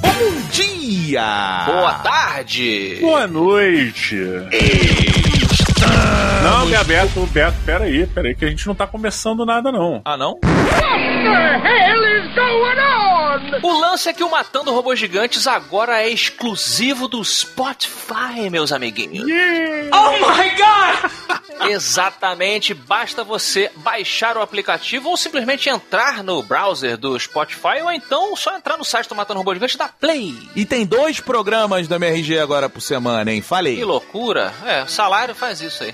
Bom dia! Boa tarde! Boa noite! Está... Não, Be- Beto, Beto, peraí, peraí, que a gente não tá começando nada, não. Ah, não? the hell is going on? O lance é que o Matando Robôs Gigantes agora é exclusivo do Spotify, meus amiguinhos. Exatamente, basta você baixar o aplicativo ou simplesmente entrar no browser do Spotify ou então só entrar no site do Matando Robôs Gigantes da Play. E tem dois programas da MRG agora por semana, hein? Falei. Que loucura. É, salário faz isso aí.